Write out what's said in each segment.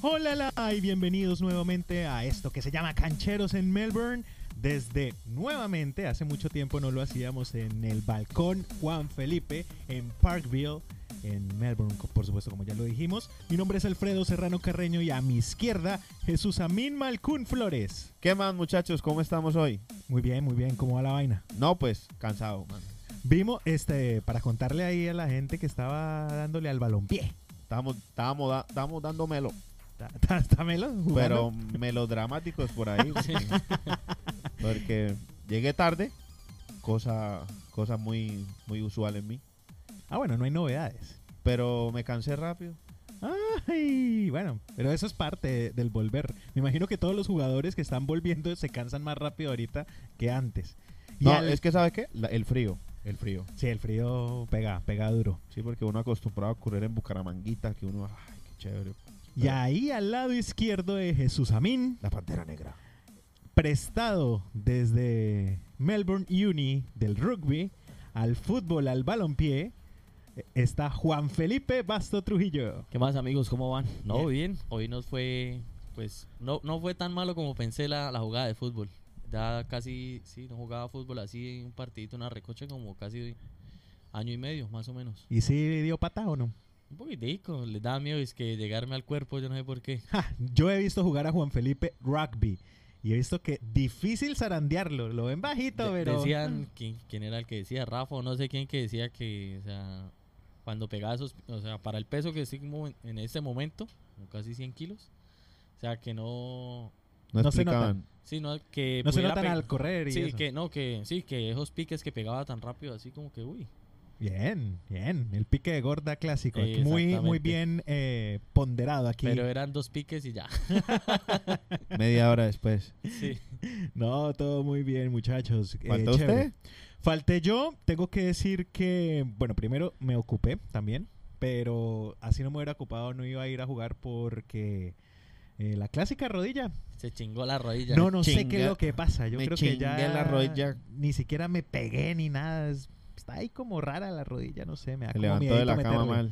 Hola, la, y bienvenidos nuevamente a esto que se llama Cancheros en Melbourne. Desde nuevamente, hace mucho tiempo no lo hacíamos en el balcón Juan Felipe, en Parkville, en Melbourne, co- por supuesto, como ya lo dijimos. Mi nombre es Alfredo Serrano Carreño y a mi izquierda, Jesús Amin Malcún Flores. ¿Qué más, muchachos? ¿Cómo estamos hoy? Muy bien, muy bien, ¿cómo va la vaina? No, pues, cansado, man. Vimos, este, para contarle ahí a la gente que estaba dándole al balompié. Estábamos, estábamos, da- estábamos dando melo, Ta- ta- ta- melo, jugando. pero melodramáticos por ahí. güey. Porque llegué tarde, cosa, cosa muy, muy usual en mí. Ah, bueno, no hay novedades. Pero me cansé rápido. Ay, bueno, pero eso es parte de- del volver. Me imagino que todos los jugadores que están volviendo se cansan más rápido ahorita que antes. Y No, al- es que, ¿sabes qué? La- el frío, el frío. Sí, el frío pega, pega duro. Sí, porque uno acostumbrado a correr en Bucaramanguita, que uno, ay, qué chévere. Y ahí al lado izquierdo de Jesús Amín, La Pantera Negra. prestado desde Melbourne Uni del rugby al fútbol, al balompié, eh, está Juan Felipe Basto Trujillo. ¿Qué más amigos? ¿Cómo van? No, Bien. bien. Hoy nos fue, pues, no, no fue tan malo como pensé la, la jugada de fútbol. Ya casi, sí, no jugaba fútbol así un partidito, una recoche como casi año y medio, más o menos. ¿Y si dio pata o no? Un poquitico, les da miedo, es que llegarme al cuerpo, yo no sé por qué. Ja, yo he visto jugar a Juan Felipe rugby y he visto que difícil zarandearlo. Lo ven bajito, De- pero. Decían, ¿quién, quién era el que decía? Rafa, o no sé quién que decía que, o sea, cuando pegaba esos, o sea, para el peso que estoy mo- en este momento, como casi 100 kilos, o sea, que no... No, No se explicaban. Sí, no, que No se pudiera notan pe- al correr y Sí, eso. que no, que sí, que esos piques que pegaba tan rápido, así como que uy. Bien, bien. El pique de gorda clásico. Eh, Muy, muy exactamente. bien eh, ponderado aquí. Pero eran dos piques y ya. Media hora después. Sí. No, todo muy bien, muchachos. Eh, ¿Faltó chévere. usted? Falté yo. Tengo que decir que, bueno, primero me ocupé también, pero así no me hubiera ocupado, no iba a ir a jugar porque eh, la clásica rodilla. Se chingó la rodilla. no, no sé chinga- qué es lo que pasa. Yo me creo que ya chingué la rodilla. ni siquiera me pegué ni nada. Es- está ahí como rara la rodilla, no sé. Me da Se como levantó de miedito la cama meterle. mal.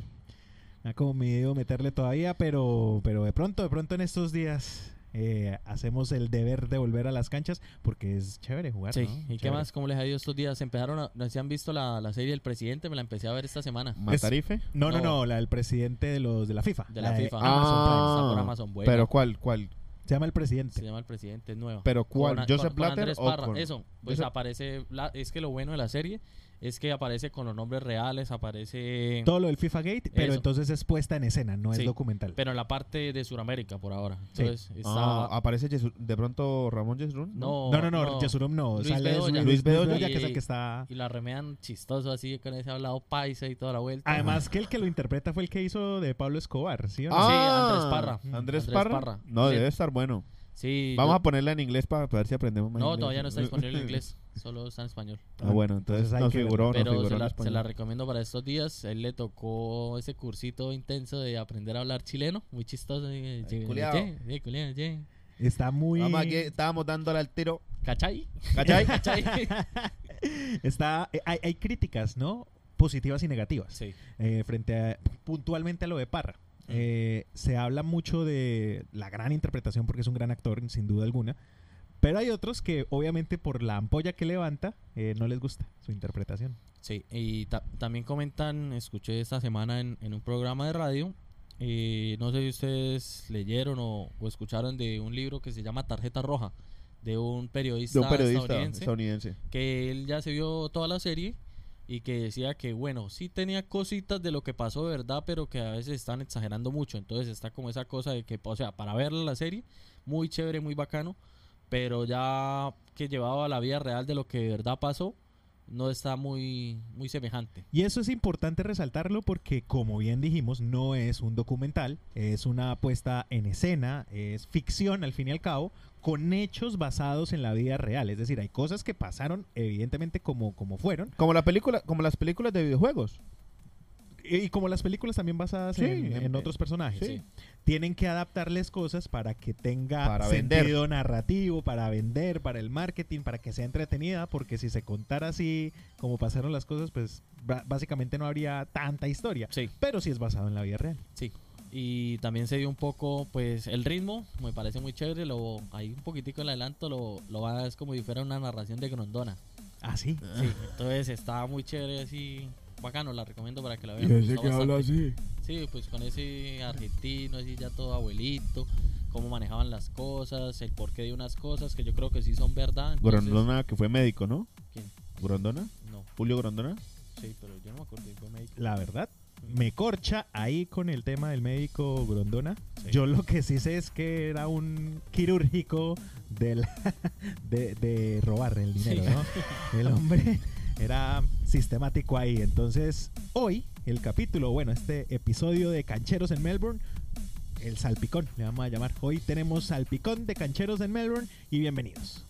Me da como miedo meterle todavía, pero, pero de pronto, de pronto en estos días eh, hacemos el deber de volver a las canchas porque es chévere jugar. Sí. ¿no? ¿Y qué Chévere. más? ¿Cómo les ha ido estos días? Empezaron a, no sé si han visto la, la serie del presidente, me la empecé a ver esta semana. ¿Matarife? No, no, No. no, la del presidente de los de la FIFA. De la de FIFA. Amazon Ah. Está por Amazon, buena. Pero ¿cuál? ¿Cuál? Prime. Se llama el se presidente. llama el presidente, es nueva. ¿Pero cuál? Con- ¿Joseph con- con Blatter Andrés o Parra, con- Eso, pues Joseph- aparece, la- es que lo bueno de la serie es que aparece con los nombres reales, aparece... Todo lo del FIFA Gate, pero Eso. entonces es puesta en escena, no es Sí, documental. Pero en la parte de Sudamérica por ahora. Sí. Entonces, Ah, está... ¿Aparece Yesu- de pronto Ramón Yesrun? no, no, no, no, Yasurum no. Luis sale Bedoya. Luis, Luis Bedoya, Bedoya que es el y- que está. Y la remean chistoso así con ese hablado paisa y toda la vuelta. Ah, Además que el que lo interpreta fue el que hizo de Pablo Escobar, ¿sí o no? Ah, Andrés Parra. ¿Andrés, Andrés Parra? Parra. No, Sí. debe estar bueno. Sí. Vamos yo- a ponerla en inglés para ver si aprendemos más No, inglés. todavía no está disponible en inglés. Solo está en español. ah, bueno, entonces Entonces hay nos que ver. figuró, nos Pero figuró se en la, se español. la recomiendo para estos días. Él le tocó ese cursito intenso de aprender a hablar chileno. Muy chistoso. Sí, sí, culiao. sí, culiao, sí. Está muy. Vamos aquí, estábamos dándole al tiro. ¿Cachai? ¿Cachai? ¿Cachai? Está, eh, hay, hay críticas, ¿no? Positivas y negativas. sí. eh, frente a, puntualmente a lo de Parra. Eh, se habla mucho de la gran interpretación porque es un gran actor, sin duda alguna. Pero hay otros que, obviamente, por la ampolla que levanta, eh, no les gusta su interpretación. Sí, y ta- también comentan, escuché esta semana en, en un programa de radio, eh, no sé si ustedes leyeron o, o escucharon de un libro que se llama Tarjeta Roja, de un periodista, De un periodista estadounidense, estadounidense. que él ya se vio toda la serie y que decía que, bueno, sí tenía cositas de lo que pasó de verdad, pero que a veces están exagerando mucho, entonces está como esa cosa de que, o sea, para ver la serie, muy chévere, muy bacano, pero ya que llevaba la vida real de lo que de verdad pasó, no está muy, muy semejante. Y eso es importante resaltarlo porque, como bien dijimos, no es un documental, es una puesta en escena, es ficción al fin y al cabo, con hechos basados en la vida real. Es decir, hay cosas que pasaron, evidentemente, como, como fueron, Como, la película, como las películas de videojuegos. y, y como las películas también basadas Sí, en, en en- eh, otros personajes. sí. tienen que adaptarles cosas para que tenga Para sentido vender. narrativo, para vender, para el marketing, para que sea entretenida, porque si se contara así como pasaron las cosas, pues ba- básicamente no habría tanta historia. Sí, Pero sí es basado en la vida real. sí. Y también se dio un poco, pues, el ritmo, me parece muy chévere. Lo, ahí un poquitico en adelanto lo, lo va, es como si fuera una narración de Grondona. Ah, sí. Sí, entonces estaba muy chévere, así, bacano, la recomiendo para que la vean. Y me ese gustó que habla bastante. así. Sí, pues con ese argentino, así ya todo abuelito, cómo manejaban las cosas, el porqué de unas cosas que yo creo que sí son verdad. entonces- Grondona, que fue médico, ¿no? ¿Quién? Grondona, No, Julio Grondona. sí, pero yo no me acuerdo, fue médico. La verdad, me corcha ahí con el tema del médico Grondona. Yo lo que sí sé es que era un quirúrgico de, la- de, de robar el dinero, Sí. ¿no? El hombre era sistemático ahí. Entonces, hoy, el capítulo, bueno, este episodio de Cancheros en Melbourne. El salpicón, le vamos a llamar. Hoy tenemos salpicón de cancheros en Melbourne y bienvenidos.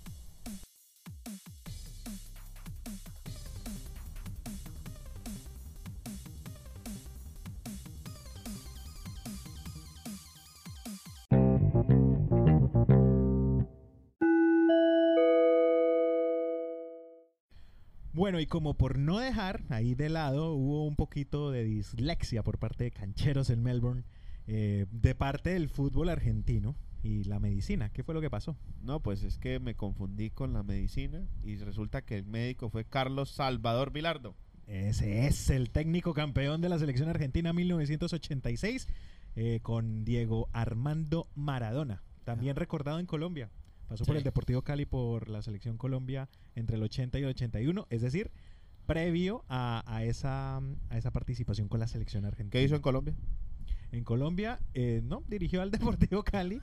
Bueno, y como por no dejar ahí de lado, hubo un poquito de dislexia por parte de cancheros en Melbourne, eh, de parte del fútbol argentino y la medicina. ¿Qué fue lo que pasó? No, pues es que me confundí con la medicina y resulta que el médico fue Carlos Salvador Vilardo. Ese es el técnico campeón de la selección argentina 1986 eh, con Diego Armando Maradona, también recordado en Colombia. Pasó por Sí. el Deportivo Cali por la selección Colombia entre el 80 y el 81, es decir, previo a, a esa, a esa participación con la selección argentina. ¿Qué hizo en Colombia? En Colombia, eh, no, dirigió al Deportivo Cali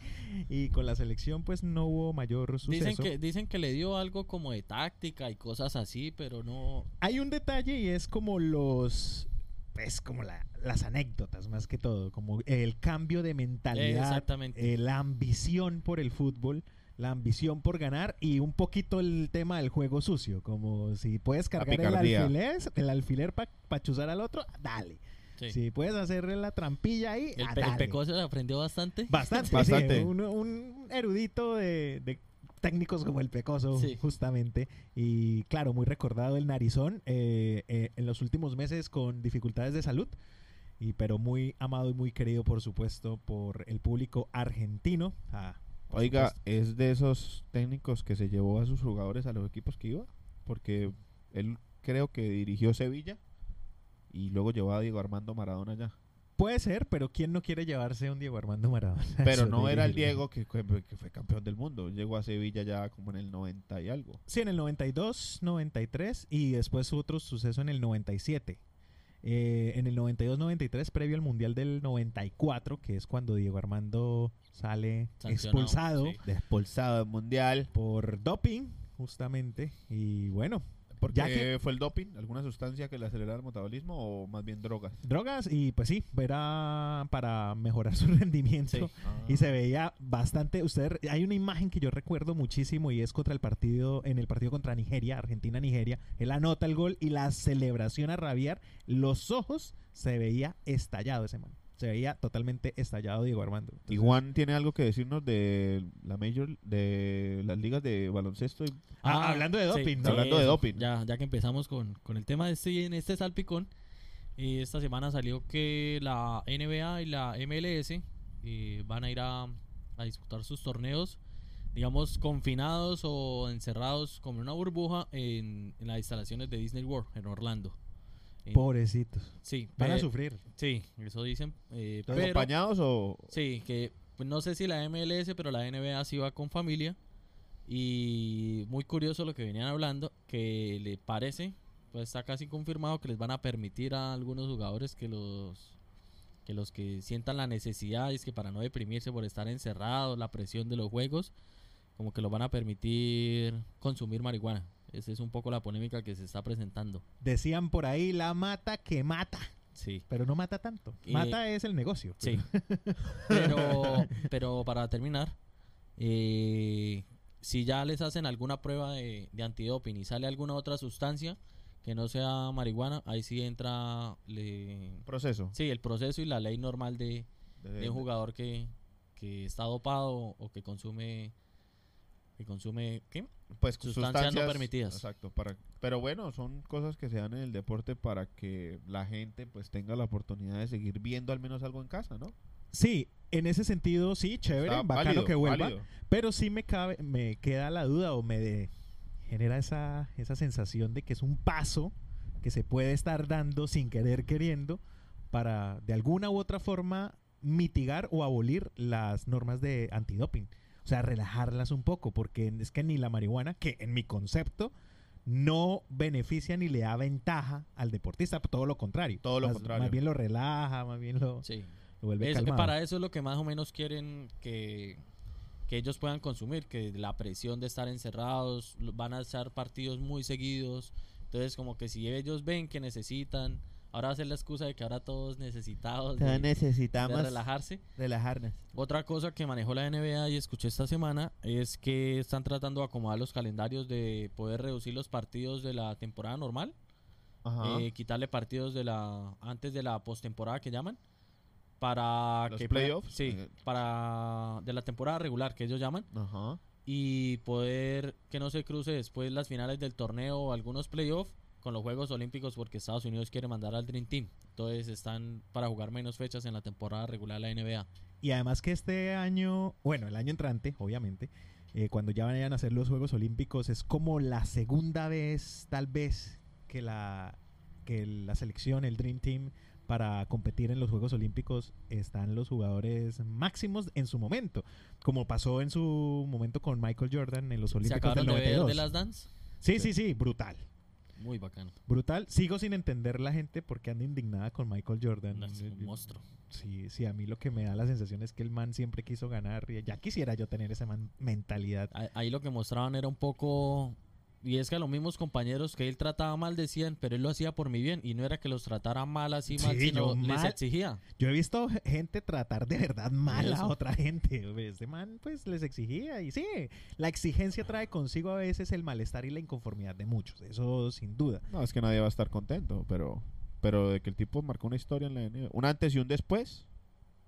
y con la selección pues no hubo mayor suceso. Dicen que, dicen que le dio algo como de táctica y cosas así, pero no... eh, Hay un detalle y es como los... Es como la- las anécdotas más que todo, como el cambio de mentalidad, Exactamente. eh, la ambición por el fútbol, la ambición por ganar y un poquito el tema del juego sucio, como si puedes cargar el picardía. alfiler, el alfiler para chuzar al otro, dale. sí. Si puedes hacerle la trampilla ahí, El, ah, pe- el dale. Pecoso se aprendió bastante. Bastante, sí, Bastante. un, un erudito de, de técnicos como el Pecoso, Sí. justamente. Y claro, muy recordado el Narizón eh, eh, en los últimos meses con dificultades de salud. Y, pero muy amado y muy querido, por supuesto, por el público argentino. Ah, por Oiga, supuesto. ¿es de esos técnicos que se llevó a sus jugadores a los equipos que iba? Porque él creo que dirigió Sevilla y luego llevó a Diego Armando Maradona allá. puede ser, pero ¿quién no quiere llevarse a un Diego Armando Maradona? Pero Eso no era el terrible. Diego que, que- que fue campeón del mundo. Llegó a Sevilla ya como en el 90 y algo. Sí, en el 92, 93 y después otro suceso en el 97. Eh, en el 92-93, previo al Mundial del 94, que es cuando Diego Armando sale Sancionado, expulsado sí. Expulsado del mundial. por doping, justamente. Y bueno, Porque Ya que- Eh, fue el doping, alguna sustancia que le acelerara el metabolismo o más bien drogas. drogas y pues sí, era para mejorar su rendimiento. Sí. Y se veía bastante. Usted, hay una imagen que yo recuerdo muchísimo y es contra el partido, en el partido contra Nigeria, Argentina-Nigeria. Él anota el gol y la celebración a rabiar, los ojos se veía estallado ese man. Se veía totalmente estallado Diego Armando. Y Juan tiene algo que decirnos de la Major, de las ligas de baloncesto. y- Ah, hablando de sí, doping, ¿no? sí, Hablando de eso. doping. Ya, ya que empezamos con, con el tema de este, en este salpicón, eh, esta semana salió que la NBA y la MLS eh, van a ir a, a disputar sus torneos, digamos, confinados o encerrados como en una burbuja en, en las instalaciones de Disney World en Orlando. Eh, Pobrecitos. Eh, sí, Van a pe- sufrir. sí, eso dicen. eh, ¿Están pero- acompañados o...? Sí, que pues, no sé si la MLS, pero la NBA sí va con familia. Y muy curioso lo que venían hablando, que le parece, pues está casi confirmado que les van a permitir a algunos jugadores que los que los que sientan la necesidad, es que para no deprimirse por estar encerrados, la presión de los juegos, como que los van a permitir consumir marihuana. Esa es un poco la polémica que se está presentando. Decían por ahí la mata que mata, Sí. pero no mata tanto. Y- Mata es el negocio. Sí. Pero, pero para terminar, eh, si ya les hacen alguna prueba de, de antidoping y sale alguna otra sustancia que no sea marihuana, ahí sí entra le- Proceso. sí, el proceso y la ley normal de, De- de un jugador que, que está dopado o que consume que consume ¿qué? pues Sustancias no permitidas. Exacto, para, pero bueno, son cosas que se dan en el deporte para que la gente pues tenga la oportunidad de seguir viendo al menos algo en casa, ¿no? Sí, en ese sentido, sí, chévere, Está bacano válido, que vuelva. válido. Pero sí me cabe, me queda la duda o me de- genera esa, esa sensación de que es un paso que se puede estar dando sin querer queriendo para de alguna u otra forma mitigar o abolir las normas de antidoping. O sea, relajarlas un poco, porque es que ni la marihuana, que en mi concepto no beneficia ni le da ventaja al deportista, todo lo contrario. Todo lo Más- contrario. Más bien lo relaja, más bien lo, Sí. lo vuelve Es- calmado. para eso es lo que más o menos quieren que, que ellos puedan consumir, que la presión de estar encerrados, lo- van a estar partidos muy seguidos. Entonces, como que si ellos ven que necesitan, ahora va a ser la excusa de que ahora todos necesitados de, de necesitamos relajarse. relajarnos. Otra cosa que manejó la NBA y escuché esta semana es que están tratando de acomodar los calendarios de poder reducir los partidos de la temporada normal, Ajá. eh, quitarle partidos de la antes de la postemporada que llaman para Los que pueda- playoffs. sí, Eh. para de la temporada regular que ellos llaman Ajá. y poder que no se cruce después las finales del torneo o algunos playoffs con los Juegos Olímpicos porque Estados Unidos quiere mandar al Dream Team. Entonces están para jugar menos fechas en la temporada regular de la NBA. Y además que este año, bueno, el año entrante, obviamente, eh, cuando ya vayan a hacer los Juegos Olímpicos, es como la segunda vez, tal vez, que la, que la selección, el Dream Team, para competir en los Juegos Olímpicos están los jugadores máximos en su momento, como pasó en su momento con Michael Jordan en los ¿Se Olímpicos del acabaron de ver 92. de las dance? Sí, sí, sí, brutal. Muy bacano. Brutal. Sigo sin entender la gente porque anda indignada con Michael Jordan. Es un monstruo. Sí, sí, a mí lo que me da la sensación es que el man siempre quiso ganar. Y ya quisiera yo tener esa man- mentalidad. Ah. Ahí- Ahí lo que mostraban era un poco... Y es que a los mismos compañeros que él trataba mal decían, pero él lo hacía por mi bien. Y no era que los tratara mal así mal, Sí, sino yo les mal- exigía. Yo he visto gente tratar de verdad mal a Eso. otra gente. Este man, pues, les exigía. Y sí, la exigencia trae consigo a veces el malestar y la inconformidad de muchos. Eso sin duda. No, es que nadie va a estar contento, pero, pero de que el tipo marcó una historia en la NBA, un antes y un después,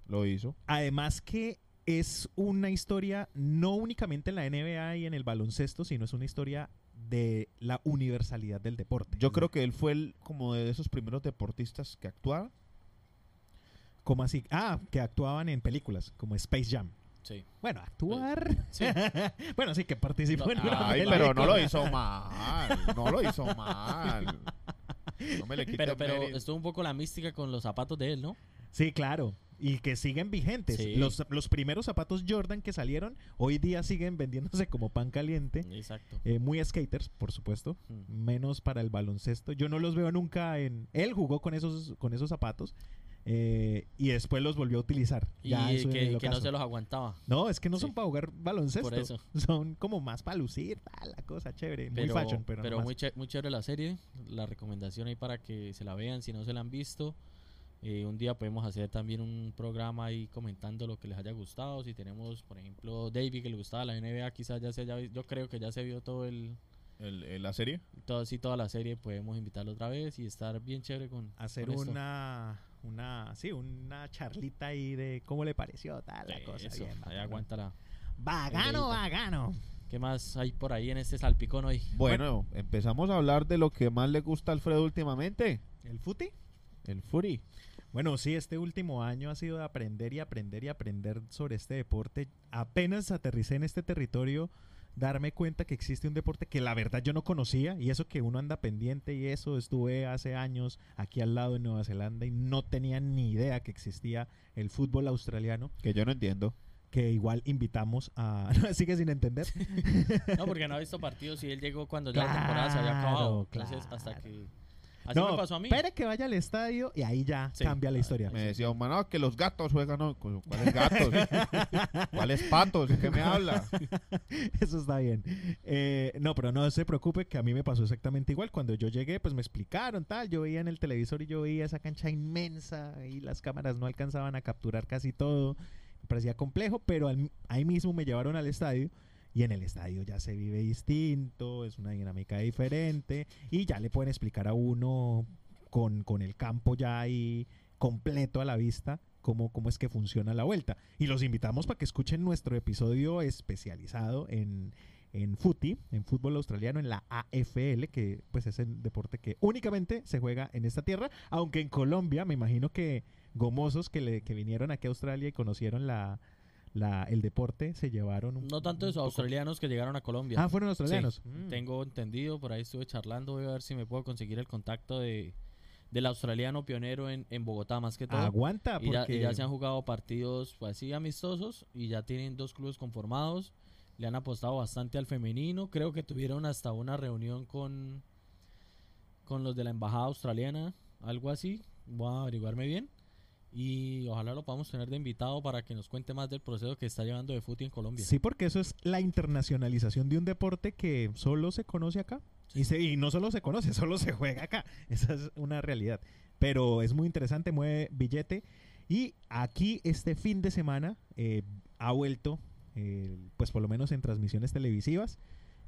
lo hizo. Además que es una historia no únicamente en la NBA y en el baloncesto, sino es una historia de la universalidad del deporte. Yo creo que él fue el, como de esos primeros deportistas que actuaron. Como así? Ah, que actuaban en películas, como Space Jam. Sí. Bueno, actuar. Eh, Sí. bueno, sí, que participó No, en una ay, película. pero no lo hizo mal, no lo hizo mal. No me le Pero, pero estuvo un poco la mística con los zapatos de él, ¿no? Sí, claro. Y que siguen vigentes. Sí. Los, los primeros zapatos Jordan que salieron, hoy día siguen vendiéndose como pan caliente. Exacto. Eh, muy skaters, por supuesto. Mm. Menos para el baloncesto. Yo no los veo nunca en. Él jugó con esos, con esos zapatos. eh, y después los volvió a utilizar. Y Ya, eh, eso en que, el que no ocaso. se los aguantaba. No, es que no son Sí. para jugar baloncesto. Por eso. Son como más para lucir, ah, la cosa chévere. Pero, muy fashion, pero, no pero más. muy, ché- muy chévere la serie. La recomendación ahí para que se la vean si no se la han visto. Eh, un día podemos hacer también un programa ahí comentando lo que les haya gustado. Si tenemos, por ejemplo, David que le gustaba la NBA, quizás ya se haya vi- Yo creo que ya se vio todo el. la serie? Todo, sí, toda la serie. Podemos invitarlo otra vez y estar bien chévere con. hacer con esto. una una sí una charlita ahí de cómo le pareció tal la Eh, cosa eso, bien, ahí bacano. aguántala. vagano Leíta. vagano ¿Qué más hay por ahí en este salpicón hoy? Bueno, empezamos a hablar de lo que más le gusta a Alfredo últimamente, el futi el Fury. bueno sí este último año ha sido de aprender y aprender y aprender sobre este deporte apenas aterricé en este territorio darme cuenta que existe un deporte que la verdad yo no conocía y eso que uno anda pendiente y eso estuve hace años aquí al lado en Nueva Zelanda y no tenía ni idea que existía el fútbol australiano Que yo no entiendo. que igual invitamos a sigue sin entender No, porque no ha visto partidos y él llegó cuando ya la temporada se había acabado. Claro, Entonces, hasta claro. que. Así me pasó a mí. Espere que vaya al estadio y ahí ya Sí. cambia la historia. Me decía, Omar, no, que los gatos juegan. No, cu- ¿Cuáles gatos? ¿Cuáles patos? ¿De qué me habla? Eso está bien. Eh, no, pero no se preocupe que a mí me pasó exactamente igual. Cuando yo llegué, pues me explicaron tal. Yo veía en el televisor y yo veía esa cancha inmensa y las cámaras no alcanzaban a capturar casi todo. Me parecía complejo, pero al- ahí mismo me llevaron al estadio. Y en el estadio ya se vive distinto, es una dinámica diferente y ya le pueden explicar a uno con, con el campo ya ahí completo a la vista cómo, cómo es que funciona la vuelta. Y los invitamos para que escuchen nuestro episodio especializado en, en footy, en fútbol australiano, en la AFL, que pues es el deporte que únicamente se juega en esta tierra, aunque en Colombia me imagino que gomosos que, le, que vinieron aquí a Australia y conocieron la, la- el deporte se llevaron un No tanto un los poco- australianos que llegaron a Colombia. Ah, fueron australianos. Sí, Mm. Tengo entendido, por ahí estuve charlando, voy a ver si me puedo conseguir el contacto de, del australiano pionero en, en Bogotá, más que todo. Aguanta, y, ya, Ah, porque... y ya se han jugado partidos pues, así amistosos y ya tienen dos clubes conformados. Le han apostado bastante al femenino. Creo que tuvieron hasta una reunión con, con los de la embajada australiana, algo así. Voy a averiguarme bien. Y ojalá lo podamos tener de invitado para que nos cuente más del proceso que está llevando de fútbol en Colombia. Sí, porque eso es la internacionalización de un deporte que solo se conoce acá. Y, se- y no solo se conoce, solo se juega acá. Esa es una realidad. Pero es muy interesante, mueve billete. Y aquí este fin de semana eh, ha vuelto, eh, pues por lo menos en transmisiones televisivas,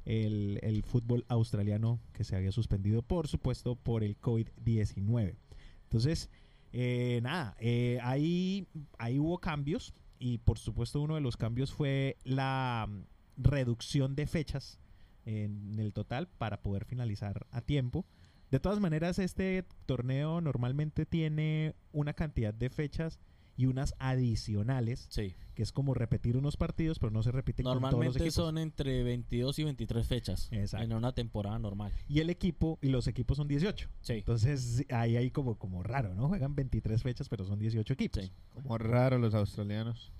el, el fútbol australiano que se había suspendido, por supuesto, por el COVID-19. Entonces, eh, nada, eh, ahí, ahí hubo cambios y por supuesto uno de los cambios fue la mm, reducción de fechas en el total para poder finalizar a tiempo. De todas maneras, este torneo normalmente tiene una cantidad de fechas y unas adicionales, Sí. que es como repetir unos partidos, pero no se repiten con todos los Normalmente equipos. son entre 22 y 23 fechas Exacto. en una temporada normal. y el equipo y los equipos son 18. Sí. Entonces ahí hay como, como raro, ¿no? Juegan 23 fechas, pero son 18 equipos. Sí. Sí. Como raro los australianos.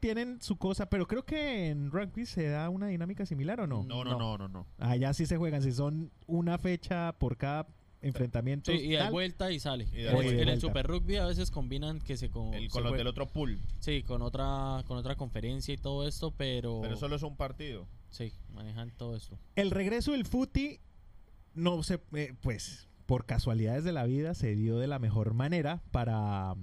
tienen su cosa, pero creo que en rugby se da una dinámica similar o no. No, no, no, no, no. Allá sí se juegan, si son una fecha por cada enfrentamiento. Sí, y de tal. vuelta y sale. Y de en, el- vuelta. en el Vuelta. Super Rugby a veces combinan que se, con, El- se con los jue- del otro pool. Sí, con otra, con otra conferencia y todo esto, pero, Pero solo es un partido. sí, manejan todo esto. El regreso del Futi, no se, eh, pues, por casualidades de la vida, se dio de la mejor manera para,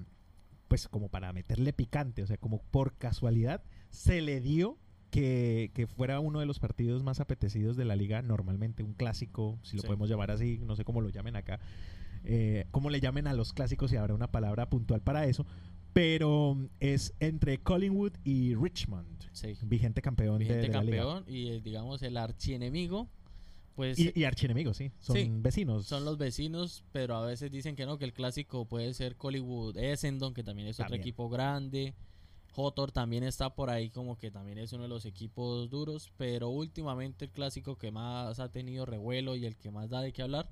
pues, como para meterle picante, o sea, como por casualidad se le dio que, que fuera uno de los partidos más apetecidos de la liga, normalmente un clásico, si lo Sí. podemos llamar así, no sé cómo lo llamen acá, eh, cómo le llamen a los clásicos, si habrá una palabra puntual para eso, pero es entre Collingwood y Richmond, Sí. vigente campeón de- Vigente de la liga. campeón y eh, digamos el archienemigo, pues Y, y archienemigos, sí. Son Sí. vecinos. son los vecinos, pero a veces dicen que no, que el clásico puede ser Collingwood Essendon, que también es otro También. equipo grande. Hotor también está por ahí como que también es uno de los equipos duros, pero últimamente el clásico que más ha tenido revuelo y el que más da de qué hablar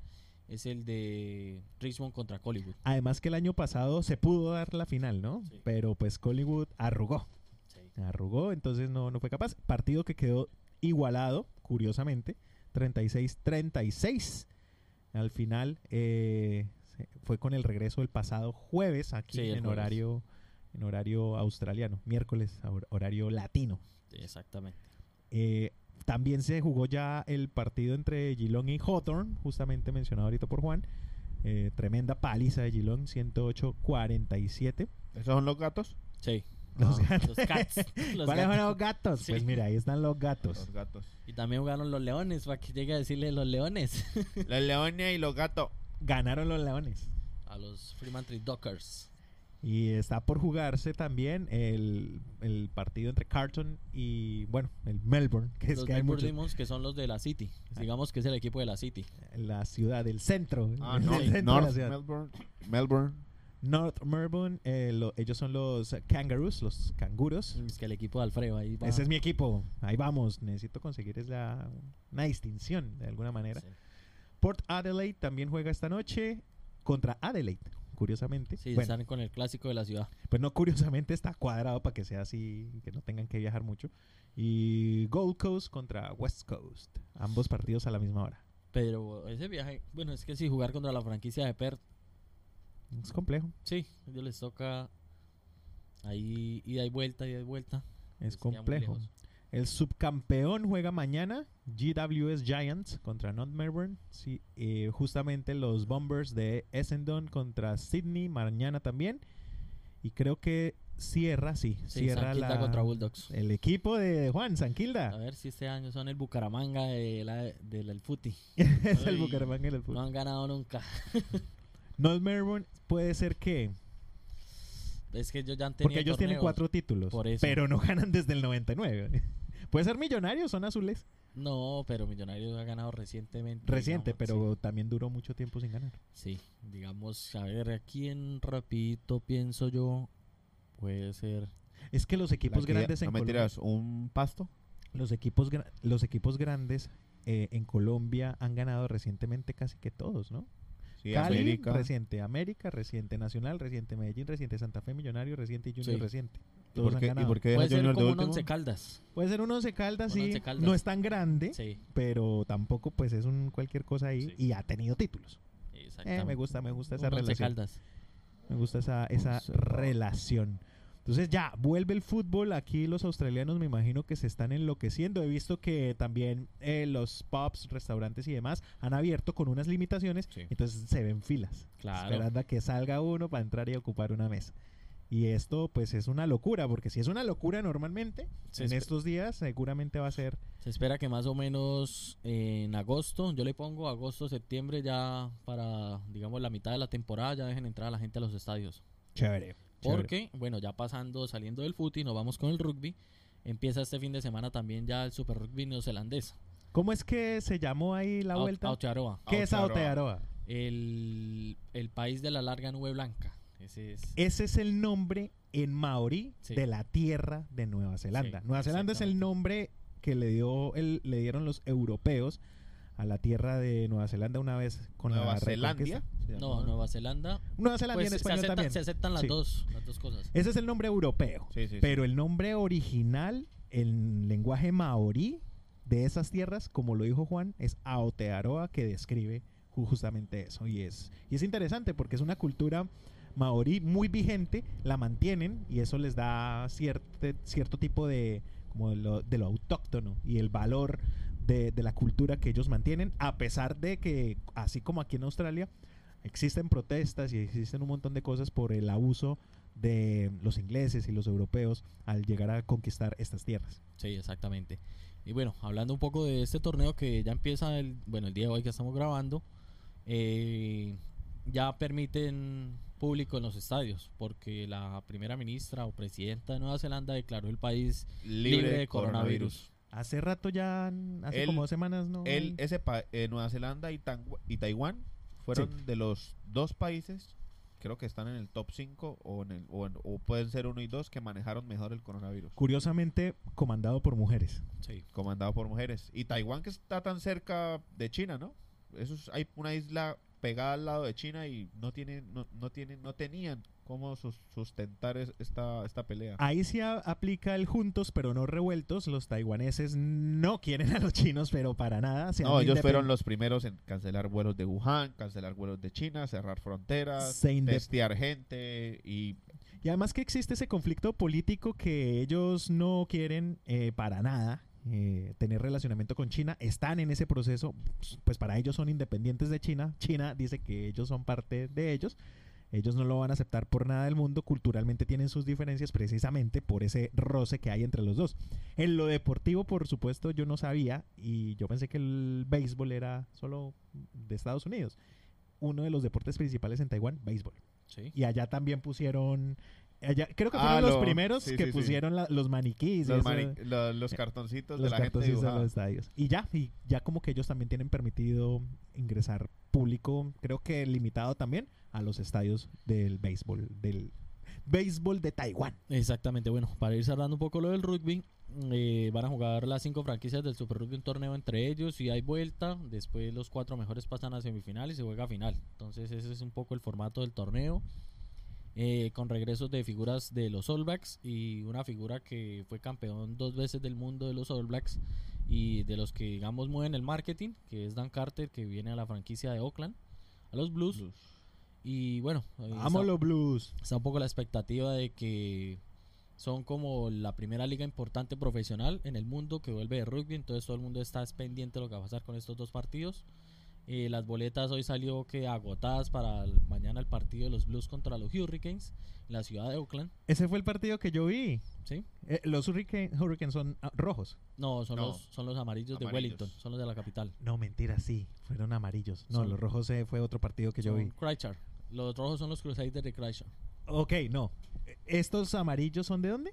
es el de Richmond contra Collingwood. Además que el año pasado se pudo dar la final, ¿no? Sí. Pero pues Collingwood arrugó. Arrugó, entonces no, no fue capaz. Partido que quedó igualado, curiosamente. 36-36. Al final eh, se- fue con el regreso del pasado jueves aquí Sí, el en jueves. horario en horario australiano. Miércoles, hor- horario latino. Exactamente. Eh, también se jugó ya el partido entre Geelong y Hawthorn, justamente mencionado ahorita por Juan. Eh, tremenda paliza de Geelong, 108-47. ¿Esos son los gatos? Sí. Los gatos. Los cats. Ah. los ¿Cuáles son gatos. los gatos? Sí. Pues mira, ahí están los gatos. Los gatos. Y también jugaron los leones, para que llegue a decirle los leones. Los leones y los gatos. Ganaron los leones. a los Fremantle Dockers. Y está por jugarse también el, el partido entre Carlton y, bueno, el Melbourne, que es los que hay Melbourne muchos. Demons, que son los de la City. Ah. Digamos que es el equipo de la City. La ciudad, el centro. Ah, el no. centro de la North ciudad. Melbourne. Melbourne. North Melbourne, eh, lo- ellos son los eh, Kangaroos, los canguros. Es que el equipo de Alfredo ahí va. Ese es mi equipo. Ahí vamos. Necesito conseguir es la, una distinción de alguna manera. Sí, Port Adelaide también juega esta noche contra Adelaide, curiosamente. Sí, Bueno, están con el clásico de la ciudad. pues no curiosamente está cuadrado para que sea así, que no tengan que viajar mucho. Y Gold Coast contra West Coast. Ambos partidos a la misma hora. Pero ese viaje, bueno, es que si jugar contra la franquicia de Perth, Es complejo. sí, a ellos les toca ahí ida y vuelta, ida y vuelta. Es Les queda muy complejo. lejos. El subcampeón juega mañana, GWS Giants contra North Melbourne. Sí, eh, justamente los Bombers de Essendon contra Sydney mañana también. Y creo que cierra, sí, Sí, cierra San Quinta la- contra Bulldogs. el equipo de Juan A Sanquilda. ver si este año son el Bucaramanga de la, del del Futi. es el Ay. Bucaramanga del No fútbol. han ganado nunca. North Melbourne puede ser que, Es que ellos ya han tenido porque ellos tienen torneos. cuatro títulos, Por eso. pero no ganan desde el 99. puede ser millonarios, son azules. No, pero Millonarios ha ganado recientemente. Reciente, digamos, pero también duró mucho tiempo sin ganar. Sí, sí. digamos, a ver, aquí en rapidito pienso yo, puede ser... Es que los equipos La que- grandes en no Colombia, mentiras, un pasto. los equipos gra- los equipos grandes eh, en Colombia han ganado recientemente casi que todos, ¿no? Sí, Cali América. reciente, América reciente, Nacional reciente, Medellín reciente, Santa Fe Millonario reciente y Junior Sí. reciente. ¿Y Todos por han qué, y ganado. por qué deja Puede ser Junior de como un último? Once Caldas. Puede ser un once caldas, Un sí. Once Caldas. No es tan grande, Sí, pero tampoco pues es un cualquier cosa ahí Sí. y ha tenido títulos. exactamente. Eh, me gusta, me gusta Un esa Once relación. Caldas. Me gusta esa, esa Once Caldas. relación. Entonces ya, vuelve el fútbol. Aquí los australianos me imagino que se están enloqueciendo. He visto que también eh, los pubs, restaurantes y demás han abierto con unas limitaciones. Sí. Entonces se ven filas. Claro. Esperando a que salga uno para entrar y ocupar una mesa. Y esto pues es una locura, porque si es una locura normalmente, Se en espe- estos días seguramente va a ser Se espera que más o menos eh, en agosto, yo le pongo agosto, septiembre, ya para, digamos, la mitad de la temporada, ya dejen entrar a la gente a los estadios. chévere. chévere. Porque, bueno, ya pasando, saliendo del fútbol, nos vamos con el rugby. Empieza este fin de semana también ya el Super Rugby neozelandés. ¿Cómo es que se llamó ahí la Aut- vuelta? Aotearoa, ¿Qué es Aotearoa? el, el país de la larga nube blanca. Ese es. Ese es el nombre en maorí Sí. de la tierra de Nueva Zelanda. Sí, Nueva Zelanda es el exactamente. nombre que le dio el, le dieron los europeos a la tierra de Nueva Zelanda una vez con Nueva la Zelandia. reconquista. Se No, llamaba- Nueva Zelanda. Nueva Zelanda Pues, en se, español aceptan, también. se aceptan las, Sí. dos, las dos cosas. Ese es el nombre europeo. Sí, sí, sí. Pero el nombre original en lenguaje maorí de esas tierras, como lo dijo Juan, es Aotearoa, que describe ju- justamente eso. Y es, y es interesante porque es una cultura maorí muy vigente, la mantienen y eso les da cierte- cierto tipo de, como de, lo, de lo autóctono y el valor de, de la cultura que ellos mantienen, a pesar de que, así como aquí en Australia, existen protestas y existen un montón de cosas por el abuso de los ingleses y los europeos al llegar a conquistar estas tierras. Sí, exactamente. Y bueno, hablando un poco de este torneo que ya empieza el, bueno, el día de hoy que estamos grabando, eh, ya permiten público en los estadios, porque la primera ministra o presidenta de Nueva Zelanda declaró el país libre, de coronavirus. Hace rato ya, han- hace El- como dos semanas, ¿no? El, ese pa- eh, Nueva Zelanda y, Tangua- y Taiwán fueron de los dos países, creo que están en el top 5 o, en el- o, en- o pueden ser uno y dos que manejaron mejor el coronavirus, Curiosamente comandado por mujeres. Sí, comandado por mujeres. Y Taiwán que está tan cerca de China, ¿no? Eso es- hay una isla pegada al lado de China y no tienen, no, no tienen, no tenían cómo sus- sustentar es- esta, esta pelea. Ahí sí a- aplica el juntos pero no revueltos. Los taiwaneses no quieren a los chinos, pero para nada. se No, han ellos fueron independ- los primeros en cancelar vuelos de Wuhan, cancelar vuelos de China, cerrar fronteras, Se inde- testear gente y Y además que existe ese conflicto político que ellos no quieren eh, para nada eh, tener relacionamiento con China, están en ese proceso, pues para ellos son independientes de China, China dice que ellos son parte de ellos, ellos no lo van a aceptar por nada del mundo, culturalmente tienen sus diferencias precisamente por ese roce que hay entre los dos. En lo deportivo, por supuesto, yo no sabía y yo pensé que el béisbol era solo de Estados Unidos. Uno de los deportes principales en Taiwán, béisbol sí. y allá también pusieron allá- creo que Ah, fueron los lo- primeros sí, que sí, sí. pusieron la- los maniquís y los, eso, eh, mari- lo- los cartoncitos de los la gente cartoncitos de dibujada. los estadios y ya y ya como que ellos también tienen permitido ingresar público creo que limitado también a los estadios del béisbol del béisbol de Taiwán Exactamente, bueno, para ir cerrando un poco lo del rugby, eh, van a jugar las cinco franquicias del Super Rugby un torneo entre ellos y hay vuelta, después los cuatro mejores pasan a semifinal y se juega final. Entonces ese es un poco el formato del torneo, eh, con regresos de figuras de los All Blacks y una figura que fue campeón dos veces del mundo de los All Blacks y de los que digamos mueven el marketing, que es Dan Carter, que viene a la franquicia de Oakland, a los Blues, y bueno, ahí está- amo los blues está un poco la expectativa de que son como la primera liga importante profesional en el mundo que vuelve de rugby, entonces todo el mundo está pendiente de lo que va a pasar con estos dos partidos. Eh, las boletas hoy salió que agotadas para el- mañana el partido de los Blues contra los Hurricanes en la ciudad de Oakland, ese fue el partido que yo vi ¿sí? Eh, los Hurricane- Hurricanes son ah, rojos No, son No. los son los amarillos, de Amarillos. Wellington, son los de la capital. no mentira sí fueron amarillos no Son- los rojos eh, fue otro partido que yo Son vi Christchurch. Los rojos son los Crusaders de Chrysler. ok no estos amarillos son de dónde